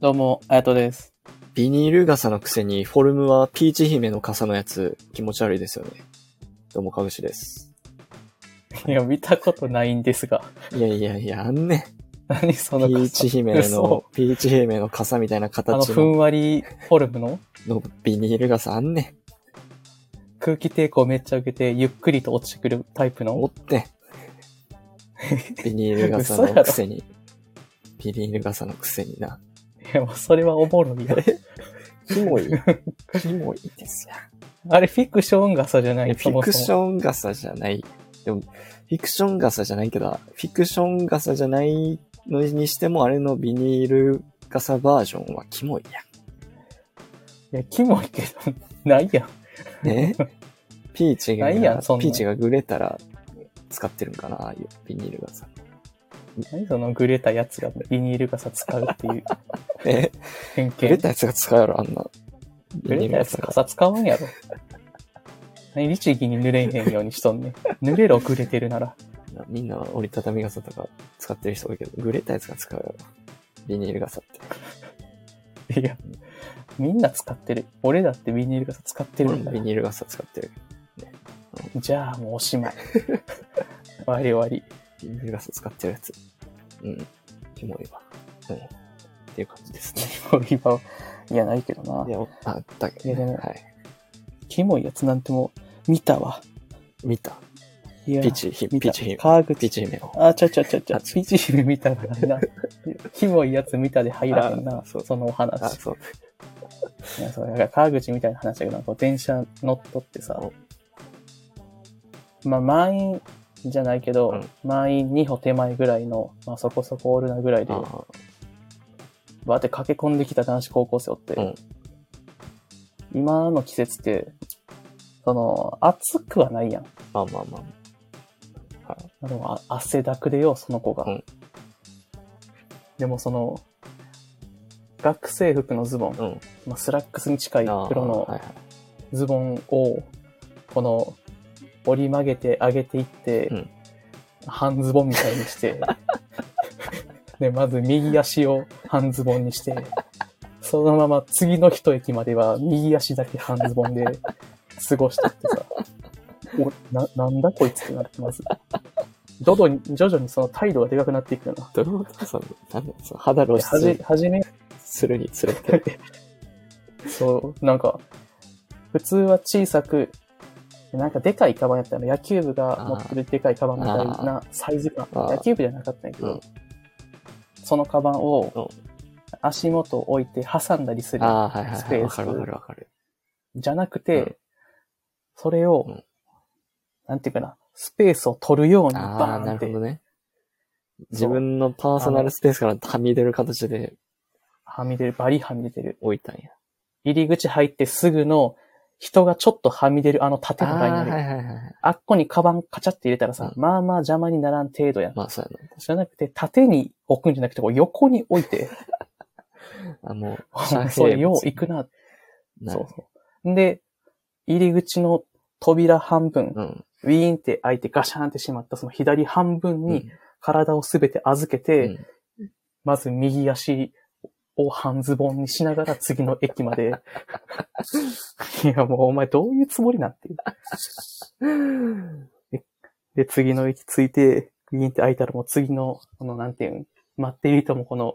どうも、あやとです。 ビニール傘のくせにフォルムはピーチ姫の傘のやつ気持ち悪いですよね。どうも、かぐしです。いや、見たことないんですが。 いやいやいや、あんね。何そピのーチ傘 姫の嘘、ピーチ姫の傘みたいなあの、形ふのんわりフォルムの のビニール傘あんね。空気抵抗めっちゃ受けて、ゆっくりと落ちてくるタイプ持のって。ビニール傘嘘やろのくせに。ビニール傘のくせにな。いや、もうそれはおもろいよ。 キモい。キモいですよ。あれ、フィクション傘じゃない、いやフそィもクシそも。ョン傘じゃない。でも、フィクション傘じゃないけど、フィクション傘じゃないのにしても、あれのビニール傘バージョンはキモいいや、キモいけど、 ないやん。やん。ね ピーチが、ないやんそんなんピーチがグレたら使ってるんかな、ああいうビニール傘。何そのグレたやつがビニール傘使うっていうえ、偏グレ見。たやつが使うやろ、あんな。グビレたニールやつ傘が。傘使わんやろ。 何、律儀に濡れへんようにしとんねん。濡れろ、グレてるなら。みんな折りたたみ傘とか使ってる人多いけど、グレたやつが使うやろ。ビニール傘って。いや、みんな使ってる。俺だってビニール傘使ってるんだビ。ニール傘使ってる。じゃあもうおしまい。 終わり終ビニール傘使ってるやつ。うん。キモいわ。うん。っていう感じですね。わり。今、いやないけどな。いや、あ、だけど、いやね、でもはい。キモいやつなんてもう見たわ。見た。いや、ピチ、ヒ見ピたチ姫。川口。ピチ姫の。あ、ちゃちゃちゃちゃ。あピチ姫見たからな。キモいやつ見たで入らへんな。あそそうのお話。あ、そう。いやそうだから川口みたいな話だけど、こう電車乗っとってさ、まあ満員じゃないけど、うん満員2歩手前ぐらいの、まあそこそこおるなぐらいで、あバーって駆け込んできた男子高校生おって、うん今の季節って、その、暑くはないやん。まあまあまあ。はい。でもあ汗だくでよ、その子が。うんでもその、学生服のズボン、うん。まあ、スラックスに近いあー黒のはいはい。ズボンを、この、折り曲げて上げていって、うん半ズボンみたいに して、で、まず右足を半ズボンにして、そのまま次の一駅までは右足だけ半ズボンで過ごしてってさ、おな、なんだこいつってなってます。徐々に、徐々にその態度がでかくなっていくよな。どういうことその、なんだその肌露はじ出、はじめするにつれて。 そう、なんか、普通は小さく、なんかでかいカバンやったら、野球部が持ってるでかいカバンみたいなサイズ感。あー野球部じゃなかったんやけど、うんそのカバンうをん足元を置いて挟んだりするあ。あー、はいはいスはペーい。スわかるわかるわかる。じゃなくて、うんそれを、うんなんていうかな、スペースを取るようにあバあ、ーなンっるてほどね。自分のパーソナルスペースからはみ出る形ではみ出る、バリはみ出てる。置いたんや。入り口入ってすぐの人がちょっとはみ出るあの縦あのラインああー、るはいはいはい。あっこにカバンカチャって入れたらさ、うまあまあ邪魔にならん程度やん。まあそう やじゃなくて、縦に置くんじゃなくて、こう横に置いて、な。 あ、も う、そうよう行く。くな。なそるうそう。で、入り口の扉半分、うん。ウィーンって開いてガシャーンってしまった、その左半分うんに体をすべて預けて、うんまず右足を半ズボンにしながら次の駅ま で。いや、もうお前どういうつもりなんていう。で、次の駅着いて、グイーンって開いたらもう次の、この、なんていうん、待っている人もこの、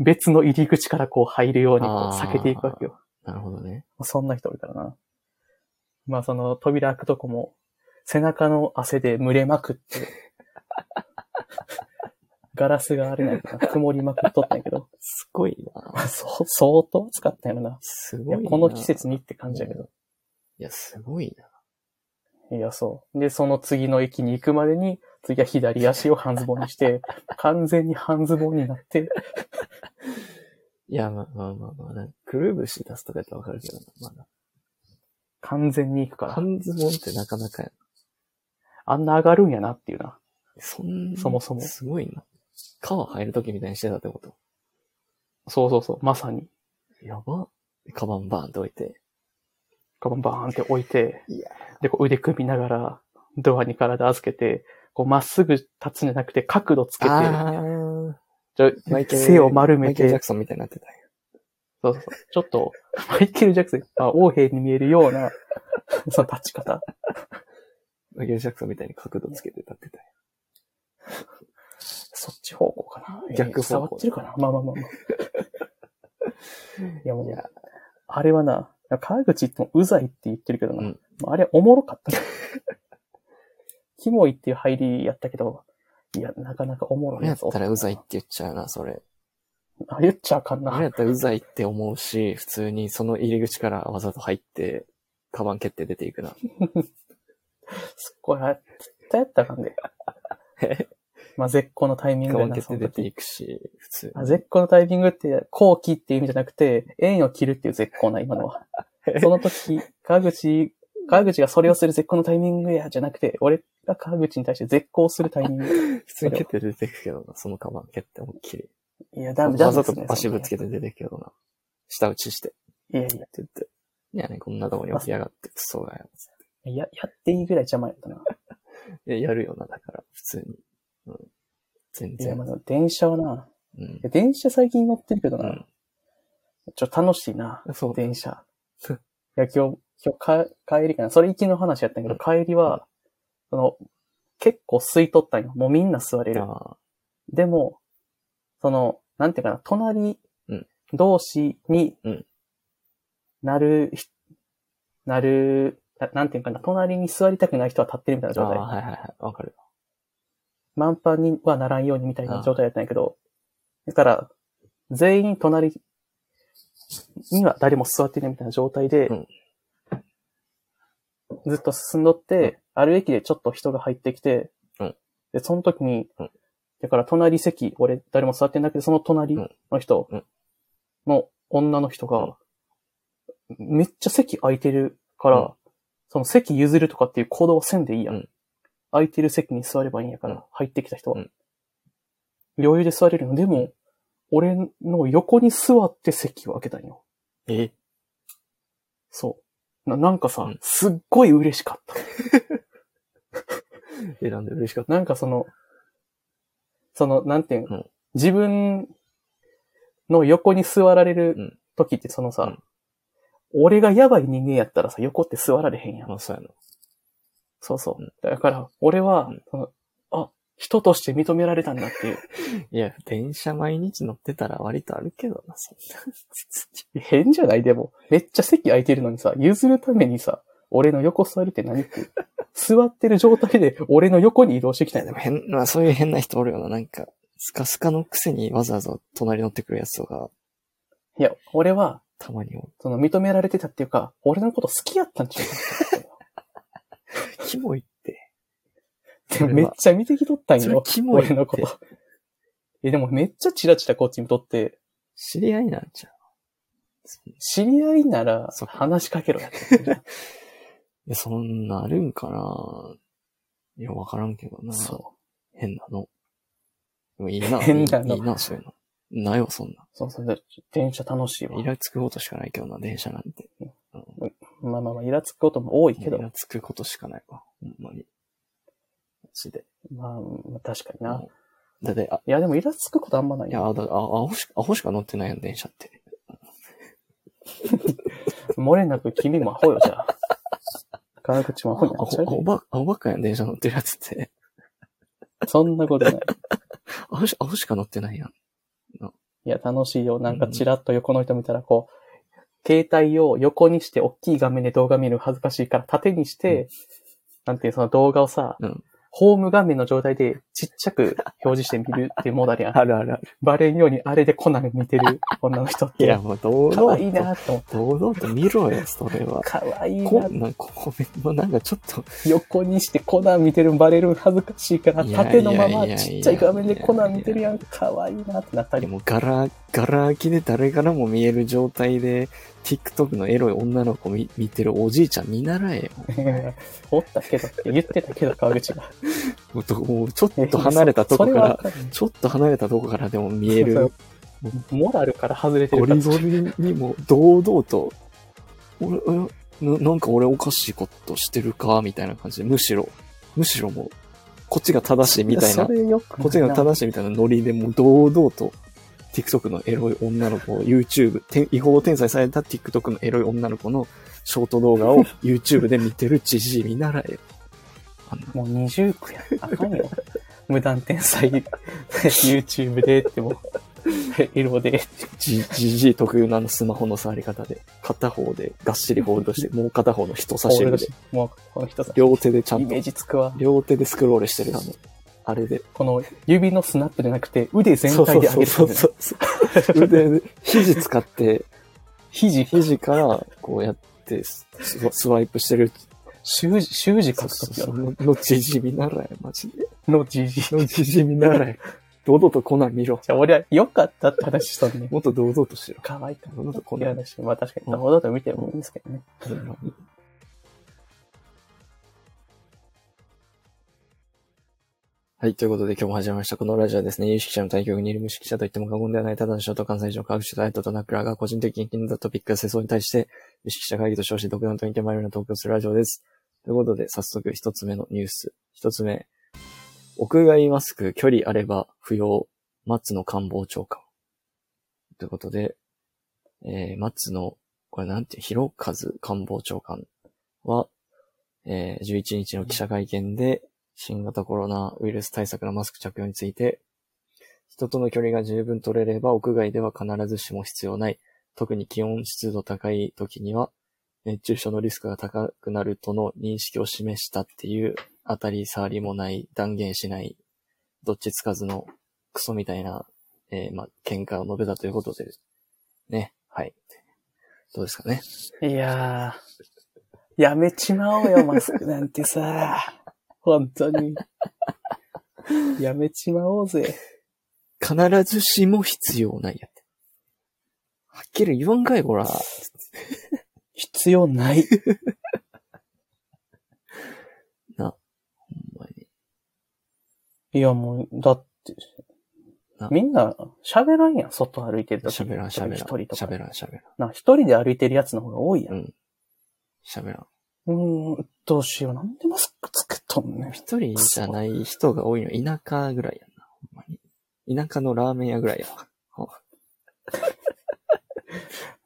別の入り口からこう入るようにこうあー避けていくわけよ。なるほどね。そんな人おるからな。まあその扉開くとこも、背中の汗で蒸れまく って、ガラスがあれないから曇りまくっとったんやけど、すごいな。まあそう、相当暑かったよな。すいごいやな。この季節にって感じやけど。いや、すごいな。いや、そう。で、その次の駅に行くまでに、次は左足を半ズボンに して、完全に半ズボンになって、いや、まあまあまあまあ、なんかくるぶし出すとかやったらわかるけどな、まだ。完全に行くから、半ズボンってなかなかやな。あんな上がるんやなっていうな。そんそもそもすごいな。皮入るときみたいにしてたってことそうそうそう、まさに。やば。カバンバーンって置いて。カバンバーンって置いていや、で、こう腕組みながら、ドアに体預けて、こうまっすぐ立つんじゃなくて角度つけて、あー。ちょ背を丸めマイケル・ジャてク、ソンみたいになってたんやそうそうそう。ちょっと、マイケル・ジャクソン、あ、王兵に見えるような、その立ち方。マイケル・ジャクソンみたいに角度つけて立ってたよ。そっち方向かな。逆方向触ってるかなまあまあまあま あ。いやもいうや、あれはな、川口ってもうざいって言ってるけどな、うんあれはおもろかったな。キモいっていう入りやったけど、いや、なかなかおもろい俺ややっつおたたならうざいって言っちゃうな、それ。あ、言っちゃあかん俺やな。ったらうざいって思うし、普通にその入り口からわざと入って、カバン蹴って出ていくな。すっごい、あれ絶対やったらあかん で。まあ、絶好のタイミングカバやンな、蹴っそての出て時。いくし、普通あ絶好のタイミングって、後期っていう意味じゃなくて、縁を切るっていう絶好な、今の は。その時、川口、川口がそれをする絶好のタイミングや、じゃなくて、俺が川口に対して絶好するタイミング。に、普通に蹴って出ていくけどな、そのカバン蹴って思いっきり。いや、ダメ、ダわメざですとね。足ぶつけて出ていくけどな。下打ちして、いやいやって言って。いやね、こんなとこに置きやがって、クソがよ。いや、やっていいぐらい邪魔やったな。え、やるよな、だから、普通に。うん。全いや、然ま。だ電車はな、うんい。や電車最近乗ってるけどうな、ん。ちょっと楽しいな、そう。電車。いや、今日、今日か帰りかな。それ行きの話やったんやけど、帰りは、その、結構吸い取ったんよ。もうみんな座れる。あでも、その、なんていうかな、隣うん同士にうんなるひ、なる、ななんていうかな、隣に座りたくない人は立ってるみたいなーあー、状態。はいはいはい。わかる。満帆にはならんようにみたいな状態だったんやけど、だから、全員隣には誰も座ってないみたいな状態で、うんずっと進んどって、ある駅でちょっと人が入ってきて、うんで、その時に、うんだから隣席、俺誰も座ってなくて、その隣の人うんの女の人が、めっちゃ席空いてるから、うんその席譲るとかっていう行動はせんでいいやん。うん空いてる席に座ればいいんやから、うん入ってきた人は。うん余裕で座れるの。でも、俺の横に座って席を開けたんよ。えそう。ななんかさ、うんすっごい嬉しかった。え、なんで嬉しかったなんかその、その、なんていうの、うん自分の横に座られうるん時ってそのさ、うん俺がやばい人間やったらさ、横って座られへんやん。まあ、そうやな。そうそうう。だから、俺はうん、そのあ、人として認められたんだっていう。いや、電車毎日乗ってたら割とあるけどな、そんな。変じゃないでも、めっちゃ席空いてるのにさ、譲るためにさ、俺の横座るって何 っていう。座ってる状態で俺の横に移動してきたんでだも変な、そういう変な人おるよな、なんか。スカスカのくせにわざわざ隣乗ってくるやつとか、いや、俺は、たまにおる。その認められてたっていうか、俺のこと好きやったんちゃキモいって。うでめっちゃ見てきとったんそれよ。キモいっ俺のこてと。。え、でもめっちゃチラチラこっち見とって、知り合いなんちゃうい知り合いならそっか話しかけ ろやってる。や、そんなあるんかないや、わからんけどな。そ変なの。でもいいな。 変なのいいいいな、そういうの。ないわ、そんなう。。そうそう。で電車楽しいわイ。ラつくことしかないけどな、電車なんて。まあまあまあ、イラつくことも多いけどイ、ラつくことしかないわ、ほんまに。マジで。まあ、まあ確かにな。だって、あ、いや、でもイラつくことあんまないいよや、だあ、アホしか、アホしか乗ってないやん、電車って。漏れなく君もアホよ、じゃあ。川口もアホアホ、になアっちゃうホよ。ば、アホばっかやん、電車乗ってるやつって。 そんなことない。アホし、アホしか乗ってないやん。いや、楽しいよ。なんかチラッと横の人見たら、こう、携帯を横にして、大きい画面で動画見るの恥ずかしいから、縦にして、なんていう、その動画をさ、うんホーム画面の状態でちっちゃく表示して見るっていうモダ ルやん。るあるある。バレんようにあれでコナン見てる女の人っいて。や、もう、堂々かと。わいいなって思って。堂々と見ろよ、それは。かわいいこなんなん、ここめんもうなんかちょっと、横にしてコナン見てるのバレるの恥ずかしいから、いや縦のままいやいやいやちっちゃい画面でコナン見てるやん、かわいいなってなったでり。もうガラ、ガラ空きで誰からも見える状態で、TikTok のエロい女の子見見てるおじいちゃん見習えよ。 おったけどって言ってたけど、川口が。もうどもうちょっと離れたとこそかれはわら、かるちょっと離れたとこからでも見そえうる、そうモラルから外れてゴるからリゴリにも堂々と、俺、えななんか俺おかしいことしてるかみたいな感じで、むしろ、むしろもう、こっちが正しいみたいなそ、れよくこっちがない正しいみたいなノリでもう堂々と、 TikTok のエロい女の子を YouTube、てん違法転載された TikTok のエロい女の子のショート動画を YouTube で見てるじじい見習えよ。あんなもう二重苦や。あかんよ。無断転載、YouTube でってもう、エロで。じじじい特有のあのスマホの触り方で、片方でがっしりホールドして、もう片方の人差し指俺で、もう、この人さ、両手でちゃイんメーと、ジつくわ。両手でスクロールしてるあの、あれで。この指のスナップじゃなくて、腕全そう体そうで上げそうるそうそうそう。腕で、肘使って、肘、肘からこうやってスススワイプしてる。習字、習字書くとそうきそうは、ののじじい見習え、マジで。のじじ。じのじじい見習え。堂々とコナン見ろ。ゃあ俺は良かったって話したんね。もっと堂々としろ。可愛かった。堂々とコいナや、ン見私、まあ確かに、ほどと見てもいいんですけどね。ろ。 はい。ということで、今日も始まりました。このラジオはですね、有識者の対局にいる無識者といっても過言ではない、ただのショート関西上科学者とアイトとナクラが個人的に気になったトピックや世相に対して、有識者会議と称して独断と意見まような投稿するラジオです。ということで、早速一つ目のニュース。一つ目。屋外マスク、距離あれば不要、松野官房長官。ということで、えー、松野、これなんて、広和官房長官は、えー、11日の記者会見で、新型コロナウイルス対策のマスク着用について、人との距離が十分取れれば屋外では必ずしも必要ない。特に気温、湿度高い時には、熱中症のリスクが高くなるとの認識を示したっていう、当たり障りもない、断言しない、どっちつかずのクソみたいな、えーまあ、見解を述べたということで、ね、はい。どうですかね。いやー、やめちまおうよ、マスクなんてさ。 本当に。やめちまおうぜ。必ずしも必要ないやって。はっきり言わんかい、こら。必要 ない。ほんまに。いや、もう、だってな、みんな喋らんやん、外歩いてる時喋らん、喋らん。一人とか。喋らん、喋らん。な、一人で歩いてるやつの方が多いやん。うん。喋らん。うーん、どうしよう。なんでマスクつけとんねん。一人じゃない人が多いの、田舎ぐらいやんな、ほんまに。田舎のラーメン屋ぐらいやわ。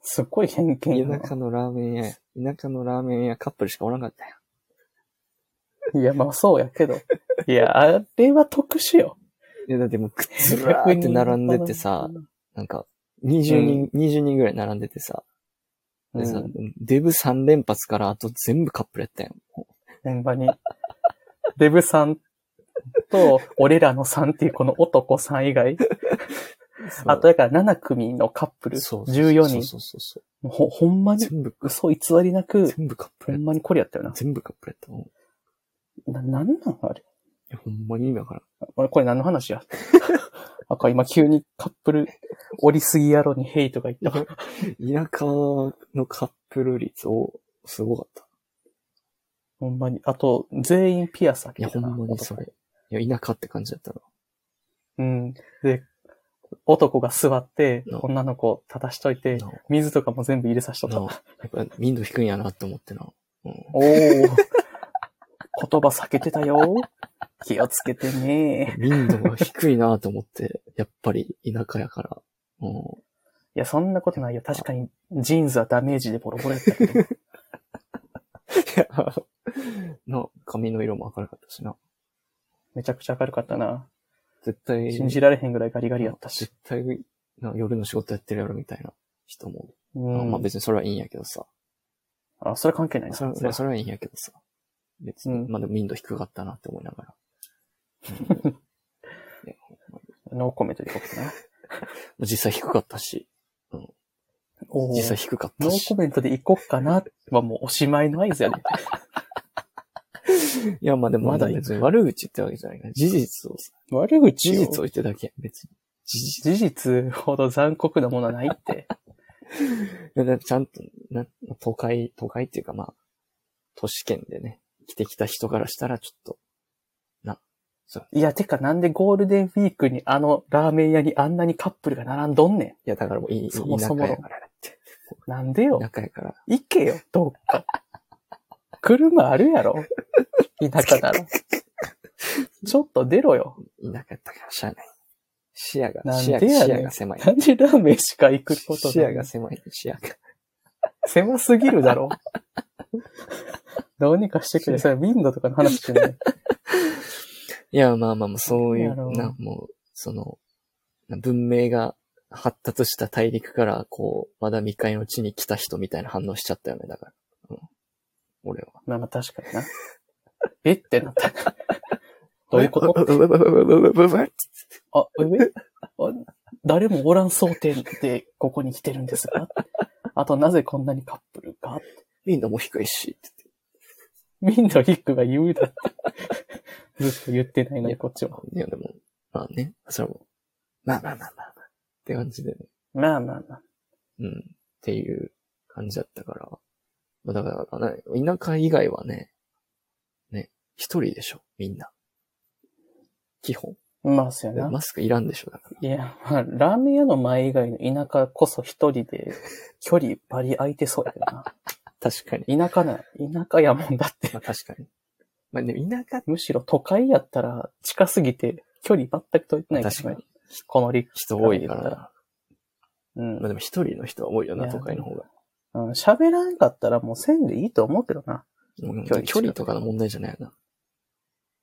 すっごい偏見やな田舎のラーメン屋や。田舎のラーメン屋カップルしかおらんかったやん。いや、まあそうやけど。いや、あれは特殊よ。いや、だってもう、くっつらーって並んでてさ、なんか、20人、20人ぐらい並んでてさ、うでさん、デブ3連発からあと全部カップルやったやん。もう現場に。デブさんと、俺らの3っていうこの男さん以外、あとだから7組のカップル、そう14そう人。そうそうそう。ほ、ほんまに、全部、嘘偽りなく、全部カップほルやんっまにこれやったよた。全部カップルやった。もういな。な、なんなんあれ。や、ほんまに意味わからん。俺これ何の話や。 あかん、今急にカップル、おりすぎやろにヘイとか言った。田舎のカップル率を、すごかった。ほんまに。あと、全員ピアス開いけや、てたほんなまにそれ。いや、田舎って感じだったな。うん。で、男が座ってな、女の子を立たしといてな、水とかも全部入れさしとったな。やっぱ、民度低いんやなって思ってな。うん。おお。言葉避けてたよ。気をつけてね。民度が低いなと思って、やっぱり田舎やか ら。うん。いや、そんなことないよ。確かに、ジーンズはダメージでボロボロやったけど。 いや、な、髪の色も明るかったしな。めちゃくちゃ明るかったな。絶対、信じられへんぐらいガリガリやったし。絶対な、夜の仕事やってるやろみたいな人も。うまあん。別にそれはいいんやけどさ。あ、それ関係ないな。それそれはそれはいいんやけどさ。別に、うんまあでも民度低かったなって思いな がら。ノーコメントでいこうかな。実際低かったし、お 実際ー低かっノたーしコ。メントでいこうかなはもうおしまいの合図やね。いや、まあでも、ままだだいい別に悪口ってわけじゃないから。事実をさ、悪口事を実を言ってるだけや別に。事実。事実ほど残酷なものはないって。いやだからちゃんと、な、都会、都会っていうかまあ、都市圏でね、生きてきた人からしたらちょっと、いや、てかなんでゴールデンウィークにあのラーメン屋にあんなにカップルが並んどんねいや、だからもういい、そも田そ舎もやからだって。ん。なんでよ。田舎やから。行けよ、どっか。車あるやろ。田舎なら。ちょっと出ろよ。田舎やったからしゃあない。視野が、なん視で野やねんが、視野が狭い。なんでラーメンしか行くこと視野が狭い。視野が。狭すぎるだろ。どうにかしてくれ。それ、ウィンドウとかの話してない。いや、まあまあまあ、そういなるほう、どな、もう、その、文明が発達した大陸から、こう、まだ未開の地に来た人みたいな反応しちゃったよね、だから。うん、俺は。まあまあ確かにな。えってなった。どういうことううううううううあ、えあ誰もおらん想定でここに来てるんですが。あと、なぜこんなにカップルがみんなも低いし。みんなヒックが言うだって。ずっと言ってないのに、こっちは。いや、でも、まあね、それも、まあまあまあまあ、まあ、って感じでね。まあまあまあ。うん。っていう感じだったから。まあ、だから、な田舎以外はね、ね、一人でしょ、みんな。基本。まあ、そうやな。マスクいらんでしょ、だから。いや、まあ、ラーメン屋の前以外の田舎こそ一人で距離バリ空いてそうやけどな。確かに。田舎な、田舎やもんだって。まあ確かに。まあでも田舎、むしろ都会やったら近すぎて距離全く取れてない確かねに。このリ人多いからな。うんまあ。でも一人の人は多いよいな、や都会の方が。うん喋らんかったらもうせんでいいと思うけどな。うん距離とかの問題じゃないよな。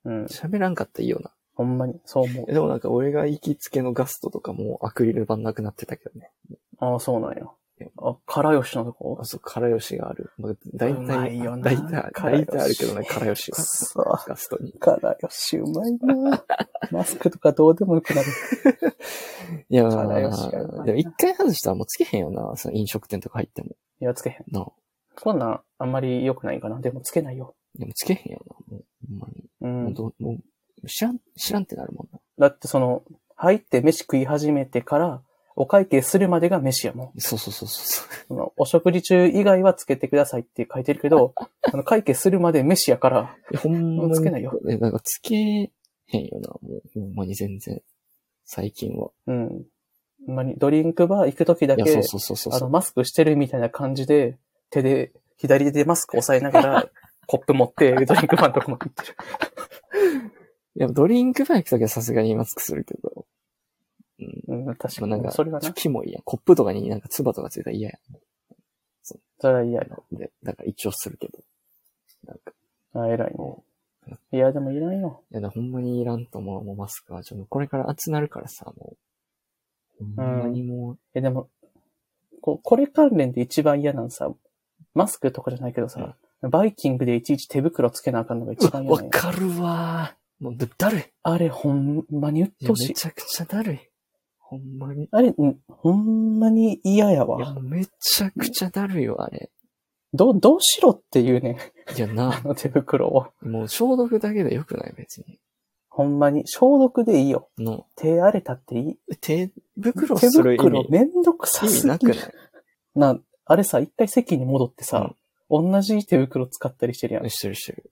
うん。喋らんかったらいいよな。ほんまに、そう思うえ。でもなんか俺が行きつけのガストとかもうアクリル板なくなってたけどね。ああ、そうなんや。あ、から吉のとこあ、そう、からよしがある。まあ、大う体、まいよな大体、から大よし体あるけどね、からよしくは。そ。ガストに。から吉うまいな。 マスクとかどうでもよくなる。いやからよしがうまいなー、でも一回外したらもうつけへんよな、その飲食店とか入っても。いや、つけへん。なあこんなんあんまり良くないかな。でもつけないよ。でもつけへんよな、もう。ほんまに。う。もうんどうもう知らん、知らんってなるもんな。だってその、入って飯食い始めてから、お会計するまでが飯やもん。そうそうそうそう。その、お食事中以外はつけてくださいって書いてるけど、あの、会計するまで飯やから、いやほんまに。つけないよ。え、なんかつけへんよな、もう。ほんまに全然。最近は。うん。ほんまに、ドリンクバー行くときだいや、け、そうそうそうそうあの、マスクしてるみたいな感じで、手で、左手でマスク押さえなが ら、コップ持って、ドリンクバーのとこまで行ってる。いや、ドリンクバー行くときはさすがにマスクするけど。うん。うん、確かまあに。なんか、それはな、キモいやん。コップとかになんか唾とかついたら嫌やそれは嫌やん。で、だから一応するけど。なんか、な。あ、偉いね。いや、でもいらんよ。いや、だからほんまにいらんと思う、もうマスクは。ちょっとこれから暑なるからさ、もう。ほんまにもえ、でも、こう、これ関連で一番嫌なのさ、マスクとかじゃないけどさ、バイキングでいちいち手袋つけなあかんのがう一うわ、番嫌 なわんよ。かるわー。もう、だだるい。あれ、ほんまにうっいとや、うしめい。ちゃくちゃだるい。ほんまに。いあれ、うんほんまに嫌やや、わ。めちゃくちゃだるいよ、あれ。どう、どうしろっていうねん、 いや、あな、の手袋を。もう消毒だけでよくない、別に。ほんまに、消毒でいいよ。の、手荒れたっていい。手袋手する意袋味、めんどく意さ味すなぎくなるい。な、あれさ、一回席に戻ってさ、同じ手袋使ったりしてるやん。してるしてる。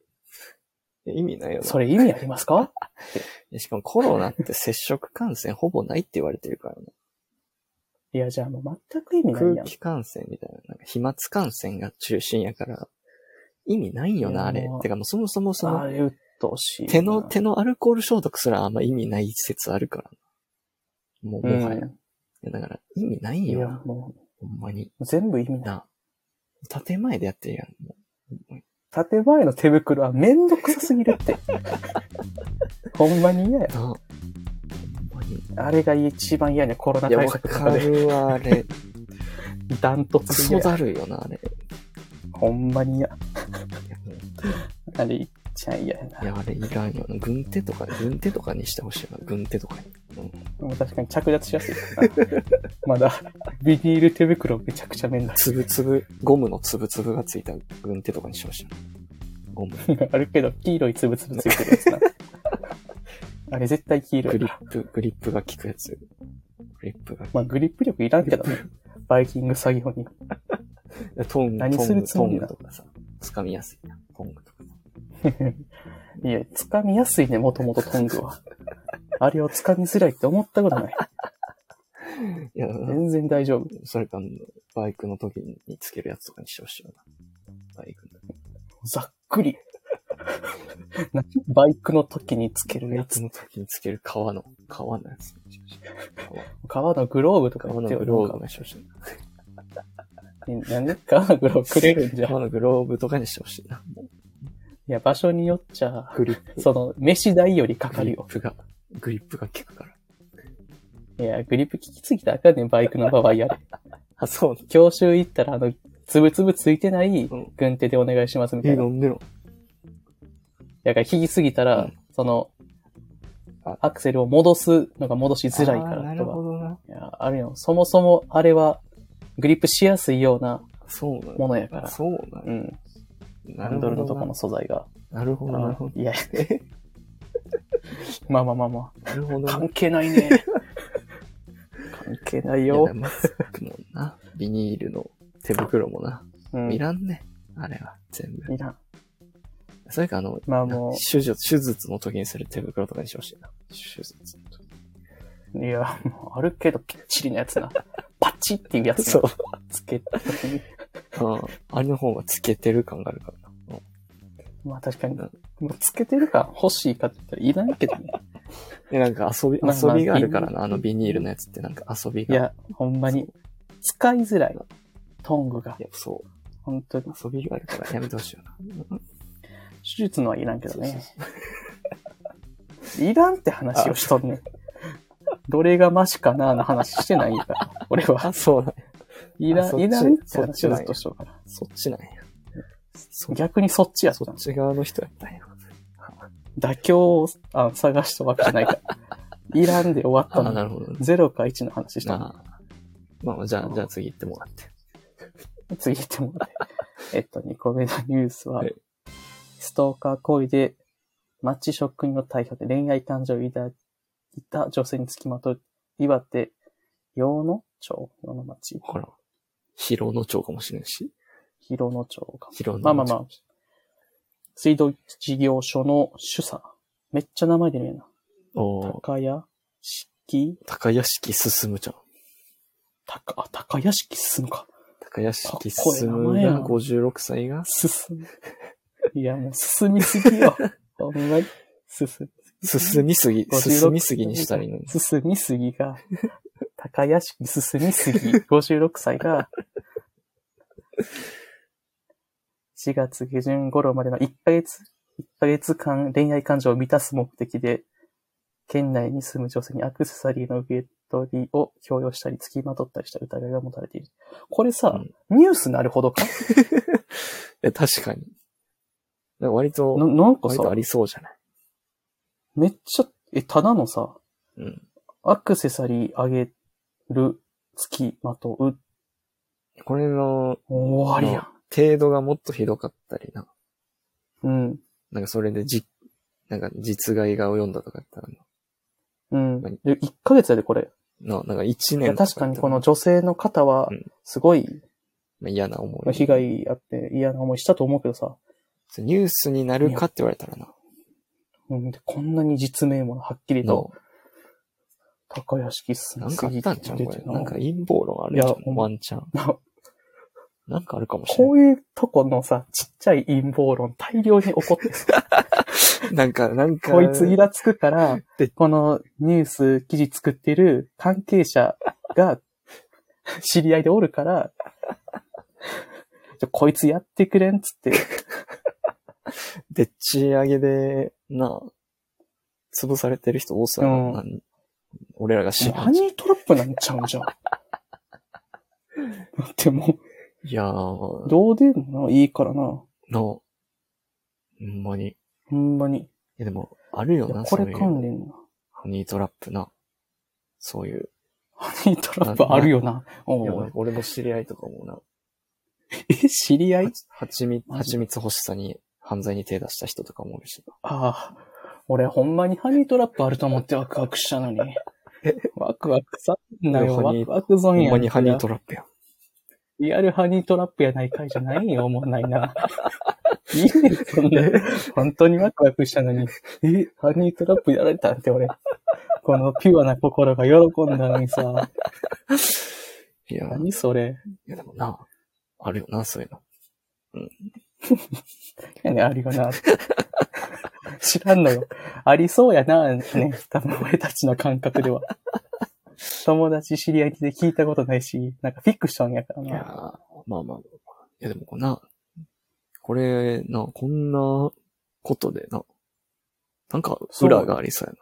いや意味ないよなそれ意味ありますか いやしかもコロナって接触感染ほぼないって言われてるからね。いや、じゃあもう全く意味 ないや空ん。気感染みたいな。なんか飛沫感染が中心やから、意味ないよいな、やあれも。うてかもうそもそもそあの、れ、うっとうしいな。手の、手のアルコール消毒すらあんま意味ない説あるからな。もう、うんもはや。いやだから、意味ないいよや、な、もほんまに。う、全部意味ない。な。建前でやってるやん。も建前の手袋はめんどくさすぎるって。 ほんまに嫌やう。な。ほんまに。いあれが一番嫌ね、コロナや、対わ策とかかで。るわ、あ れ。ダントクツでソ嫌や。だるいよな、あれ。ほんまに嫌。いやもうあれ、いっちゃ嫌やな。いや、あれいらんよな。軍手とか、軍手とかにしてほしいな。軍手とかに。もう確かに着脱しやすい からなまだ、ビニール手袋めちゃくちゃめんどい。つぶつぶ、ゴムのつぶつぶがついた軍手とかにしてほしいな。ゴム。あるけど、黄色いつぶつぶついてるや つな。あれ絶対黄色グいリな。ップ、グリップが効くやつ。グリップが。まあ、グリップ力いらんけどね。バイキング作業に。 トング、何トすンるグ、つトもンりグだとかさ。掴みやすいな。トングとかさ。いや、掴みやすいね、もともとトングは。あれを掴みづらいって思ったことない。いや、全然大丈夫。それか、あのバイクの時につけるやつとかにしてほしいよな。バイクの。ざっく り。なバイクの時につけるバやイクつ。の時につける革の革のやつ。革革のグローブとか革言のってよ。グローブの商品。なんかなんで革のグローブくれるんじゃん。い革のグローブとかにしてほしいな。もや、場所によっちゃう、グリップ。その、飯代よりかグかるリッよ。プが、グリップが効くから。いや、グリップ効きすぎたらあかんねん、バイクの場合あ れ。あ、そうな教習行ったら、あの、つぶつぶついてないうん軍手でお願いしますみたえ、いなな。んでのだから、引きすぎたら、うんそのあ、アクセルを戻すのが戻しづらいかあーならるとかほ。どな。いや、あるよ。そもそも、あれは、グリップしやすいようなそうなもの。のやから。そうなうの。ん。なハるンドほどルなのとこの素材が。なるほど、なるほど。い や、まあまあまあまなるほあ。どな。関係ない ね。関係ないいやよ。マスクもな。ビニールの手袋もな。うん。いいららんね。あれは、全部。ん。それか、あの、まあもう。手術、手術の時にする手袋とかにしてほしいな。手術の時。いや、もうあるけど、ぴっちりのや つな。パチっていうやつそなう。つけた時に。うん。あれの方がつけてる感があるからな。うんまあ確かに。うもんうつけてるか欲しいかって言ったらいらんけどね。で、なんか遊び、まあまあ遊びがあるからな。あのビニールのやつってなんか遊びいが。や、ほんまに。使いづらい。トングがい。や、そ本当に。う。遊びがあるからやめてほしいよな。手術のはいらんけどそうねそ。いらんって話をしとんねん。どれがマシかなの話してないんだ。俺は。あ、そうなんやいらそん、っちいらんってそっ話ちをなんやずっとしとるから。そっちなんや。そ逆にそっちやっそたっ。ち側の人やったんや。妥協をあ探したわけじゃないから。いらんで終わったあ、の。なるほどね。 0か1の話したの。なあ。まあまあ、じゃあ、じゃあ次行ってもらって。次行ってもら って。えっと、2個目のニュースははい、ストーカー行為で、マッチ職員の逮捕で恋愛感情を抱いた女性につきまとう、岩手、洋野町洋野町ほら。広野町かもしれんし。広野町か。広野町。まあまあまあ。水道事業所の主査。めっちゃ名前出るやな。あ。おー高屋敷高屋敷進むちゃん。高、あ、高屋敷進むか。高屋敷進むが56歳が進 む。いや、もう進みすぎよ。ほんまに。進みすぎ。進みすぎ、 56進みすぎにしたらいいのに。進みすぎが、高屋敷進みすぎ、56歳が、4月下旬頃までの1ヶ月、1ヶ月間恋愛感情を満たす目的で、県内に住む女性にアクセサリーの受け取りを強要したり、付きまとったりした疑いが持たれている。これさ、ニュースなるほ どかえ、確かに。なんか割なと、なんか割さとあ、りそうじゃないめっちゃ、え、ただのさ、うん。アクセサリーあげる、付きまとう、これの終わりや程度がもっとひどかったりな。ん。うん。なんかそれでじ、なんか実害が及んだとかやったらうん。何で、1ヶ月やで、これ。な、ななんか一いや、年と確かかやっにたこらの女性の方はうん、すごいまあ嫌な思い。被害あって嫌な思いしたと思うけどさ、そうニュースになるかって言われたらな。うん、でこんなに実名もはっきりと、の、高屋敷すなんかあったんちゃうこれ。なんか陰謀論あるいやじゃほん。んワンチャン。 なんかあるかもしれこういうとこのさ、ちっちゃい陰謀論大量に起こ ってさ、ない。なんか、なんか。こいつイラつくからで、このニュース記事作ってる関係者が知り合いでおる から、ちょこいつやってくれんっつって、でっち上げで、なあ、潰されてる人多そうやなうんなん俺らが知らハん。いニートラップなんちゃうん じゃん。だってもやう、ー、どうでもないいからな。なあ、ほんまに。いほんまに。いやでも、あるよやな、こそうれいう。関連な。ハニートラップな。そういう。ハニートラップあるよな。いおやうおい俺の知り合いとかもな、え、知り合い蜂蜜、マジ蜂蜜欲しさに犯罪に手出した人とかもいるしな。ああ。俺ほんまにハニートラップあると思ってワクワクしたのに。ワクワクさんなよ。ハワニークワクゾほーンやんんまにハニートラップやん。リアルハニートラップやないかいじゃないよ、もうないな。いいね、そんな。本当にワクワクしたのに、え、ハニートラップやられたって俺。このピュアな心が喜んだのにさ、いや、い何それ。やでもな、あるよな、そういうの。何あるよな。知らんのよ。ありそうやな、ね。多分俺たちの感覚では。友達知り合いで聞いたことないし、なんかフィクションやからいやーな。まあまあ。いやでもこんな、これな、こんなことでな、なんか裏がありそうや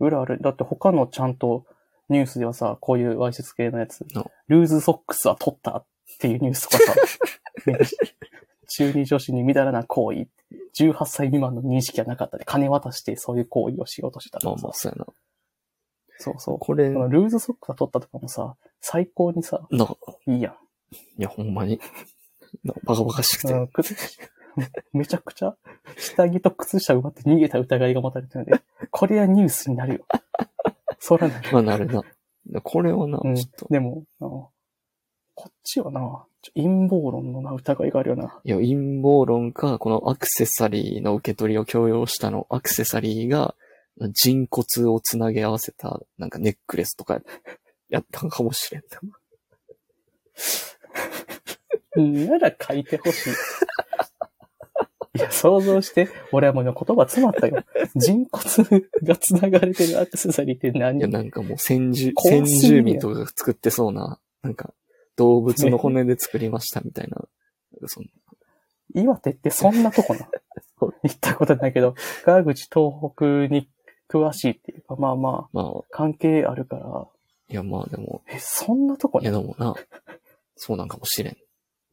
裏ある。だって他のちゃんとニュースではさ、こういうわいせつ系のやつな、ルーズソックスは取ったっていうニュースとか さ、ね中二女子に乱らな行為、18歳未満の認識はなかったで、金渡してそういう行為をしようとしてたな。まあとかさまあ、そうやな。そうそう。これ、このな、ルーズソックスは取ったとかもさ、最高にさ、いいやん。いやほん まに、なバカバカしくて。うん、靴 めちゃくちゃ、下着と靴下奪って逃げた疑いが持たれてるんで、これはニュースになるよ。そらなる。まあなるな。なこれはな、うんちょっと、でも、あのこっちはな、ちょ陰謀論のな疑いがあるよな。いや、陰謀論か、このアクセサリーの受け取りを強要したの、アクセサリーが人骨をつなげ合わせた、なんかネックレスとか やったんかもしれんな。なら書いてほ しい。いや、想像して、俺はもう今言葉詰まったよ。人骨が繋がれてるアクセサリーって何いや、なんかもう先住、怖すぎ先る住民とかが作ってそうな、なんか動物の骨で作りましたみたいな。そん岩手ってそんなとこ な。行ったことないけど、川口東北に詳しいっていうか、まあまあ、まあ、関係あるから、いやまあでも、え、そんなとこいやにでもな、そうなんかもしれん。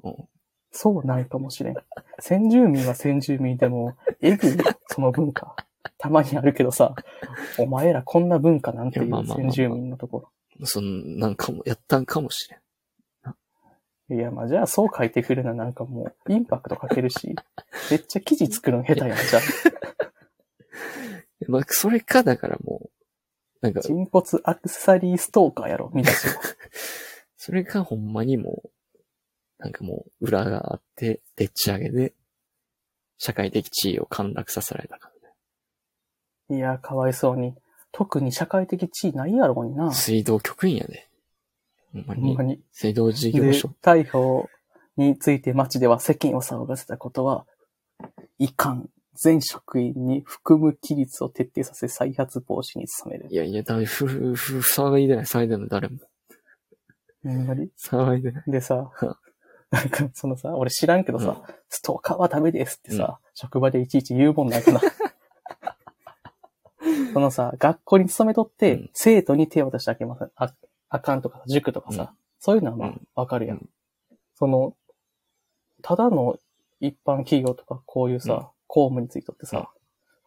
うん、そうないかもしれん。先住民は先住民でも、えぐいよその文化。たまにあるけどさ、お前らこんな文化なんていいやまあうまあまあ先住民のとこそんなんかも、やったんかもしれん。ろ。いや、まあじゃあそう書いてくるのはなんかもう、インパクトかけるし、めっちゃ記事作るの下手やん、じゃあ。まあ、それか、だからもう、なんか、人骨アクセサリーストーカーやろ、見出しは。それかほんまにもう、なんかもう裏があって、でっち上げで、社会的地位を陥落させられたかいや、かわいそうに。特に社会的地位ないやろうになら。。水道局員やで。ほんまほんにま。に。水道事で業所。、逮捕について町では世間を騒がせたことは、遺憾。全職員に含む規律を徹底させ再発防止に努めるい。やいや、だいふ、ふ、ふ、騒いでない、騒いで ない、誰も。ほんまに騒いでない。でさ、なんかそのさ、俺知らんけどさ、ストーカーはダメですってさ、職場でいちいち言うもんなん かな。そのさ、学校に勤めとって、うん生徒に手を出してあげません。ああかんとかさ、塾とかさ、うんそういうのはまうあん、わかるやん,、うんその、ただの一般企業とかこういうさ、うん公務についてってさ、うん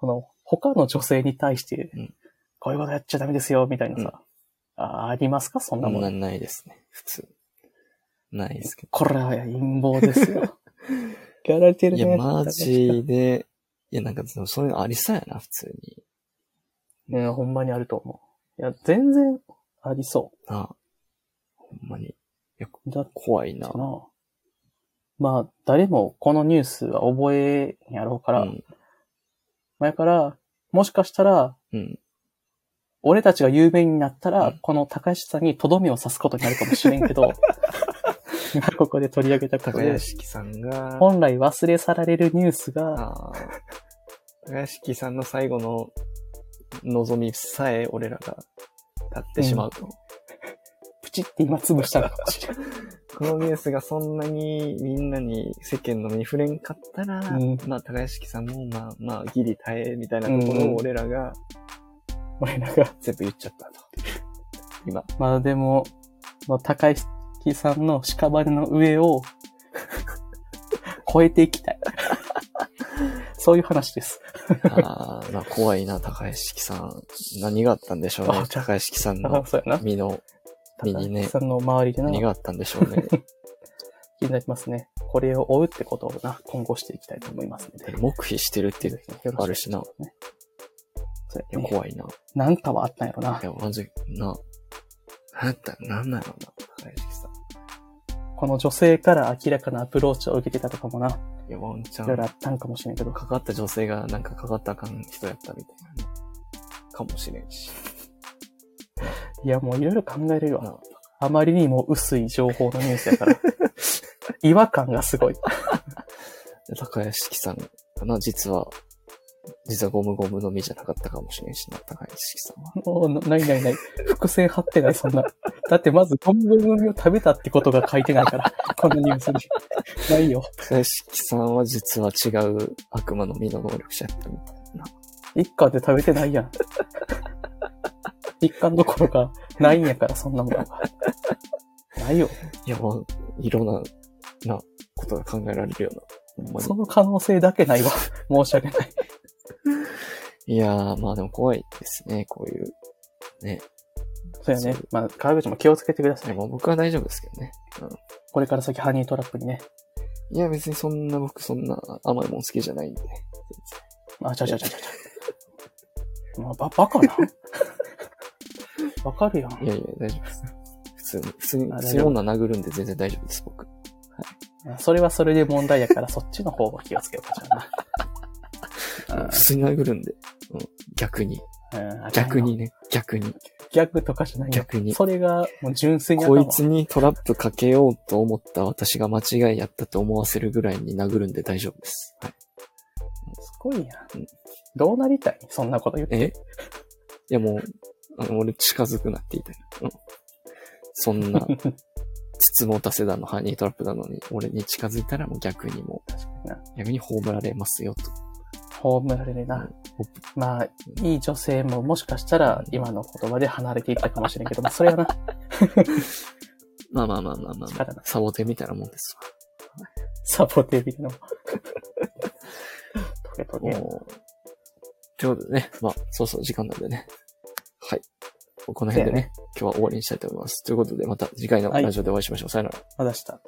その、他の女性に対して、うんこういうことやっちゃダメですよ、みたいなさ、あありますかそんななももんな。ないですね、普通。ないですけこれは陰謀です よ。やられてるど。いね。や、マジで、いや、なんか、でもそういうのありそうやな、普通に。うん、ほんまにあると思う。いや、全然ありそなあほんまに。いや、う。だって怖いな。な。まあ、誰もこのニュースは覚えんやろうから、うん。前から、もしかしたら、うん。俺たちが有名になったら、うんこの高橋さんにとどめを刺すことになるかもしれんけ ど、今ここで取り上げたこと高で屋、敷さんが、本来忘れ去られるニュースが、あー高屋敷さんの最後の望みさえ俺らが立ってしまうと。プチって今潰したのかもしれん。このニュースがそんなにみんなに世間の目に触れんかったら、うんまあ、高屋敷さんも、まあ、まあ、ギリ耐え、みたいなところを俺らが俺らが。全部言っちゃったと。今。まあでも、まあ、高石さんの屍の上を超えていきたい。そういう話です。ああ、まあ、怖いな、高屋敷さん。何 があったんでしょうねあ。高屋敷さん あのそうやな。身の、身高に石ね、さんの周りでな、何気があったんでしょうね。 になりますね。これを追うってことをな、今後していきたいと思いますので。黙秘してるっていうぜひねあるしな。ねそういや、やね。怖いな。。なんかはあったんやろないや、まずいな。なんだ、なんなのな、高橋さん。この女性から明らかなアプローチを受けてたとかもな、いいや、ワンチャろいろあン、ったんかもしれんけど。かかった女性がなんかかかったらあかん人やったみたいなね。かもしれんし。いや、もういろいろ考えれるわ。なあまりにも薄い情報のニュースや から。違和感がすごい。高屋敷さんがな、実は、実はゴムゴムの実じゃなかったかもしれんしな、高橋さ んは。おーなないないない。伏線張ってない、そんな。だってまず、ゴムゴムの実を食べたってことが書いてないから、 このニュースに。ないよ。高橋さんは実は違う悪魔の実の能力者やったの一貫で食べてないやん。一貫どころか、ないんやから、そんなもん。ないよ。いや、まあ、いろんな、な、ことが考えられるような。ほんまその可能性だけないわ。申し訳ない。に。いやー、まあでも怖いですね、こういう。そうやね。まあ、川口も気をつけてくださでい。も僕は大丈夫ですけどね。これから先、ハニートラップにね。いや、別にそんな僕そんな甘いもん好きじゃないんで。あ、ちゃうちゃうちゃうちゃうちゃう。まあ、ば、バカなわかるやん。いやいや、大丈夫です。普通に、普通に、あ普通に女殴るんで全然大丈夫です、僕。それはそれで問題や から、そっちの方を気をつけようかじゃあな普通に殴るんで。うん。逆に。うん。うん逆。にね。逆に。逆とかじゃないよ。逆に。それが、もう純粋にこ頭いつにトラップかけようと思った私が間違いやったと思わせるぐらいに殴るんで大丈夫です。はい。すごいやんうん。どうなりたいそんなこと言って。えいやもう、あの俺近づくなって言いたい。うん。そん な、つつもたせだのハニートラップなのに、俺に近づいたらもう逆にもになう、逆に葬られますよと。葬られるな。まあ、いい女性ももしかしたら、今の言葉で離れていったかもしれんけども、それはな、まあまあまあまあまあ、ま力あな、サボテンみたいなもんですサボテーみたい なもん。トゲトわ。ゲ。もう。ということでね、まあ、そうそう時間なんでね。はい。この辺でね、今日は終わりにしたいと思います。ということで、また次回のラジオでお会いしましょう。さよなら。まだした。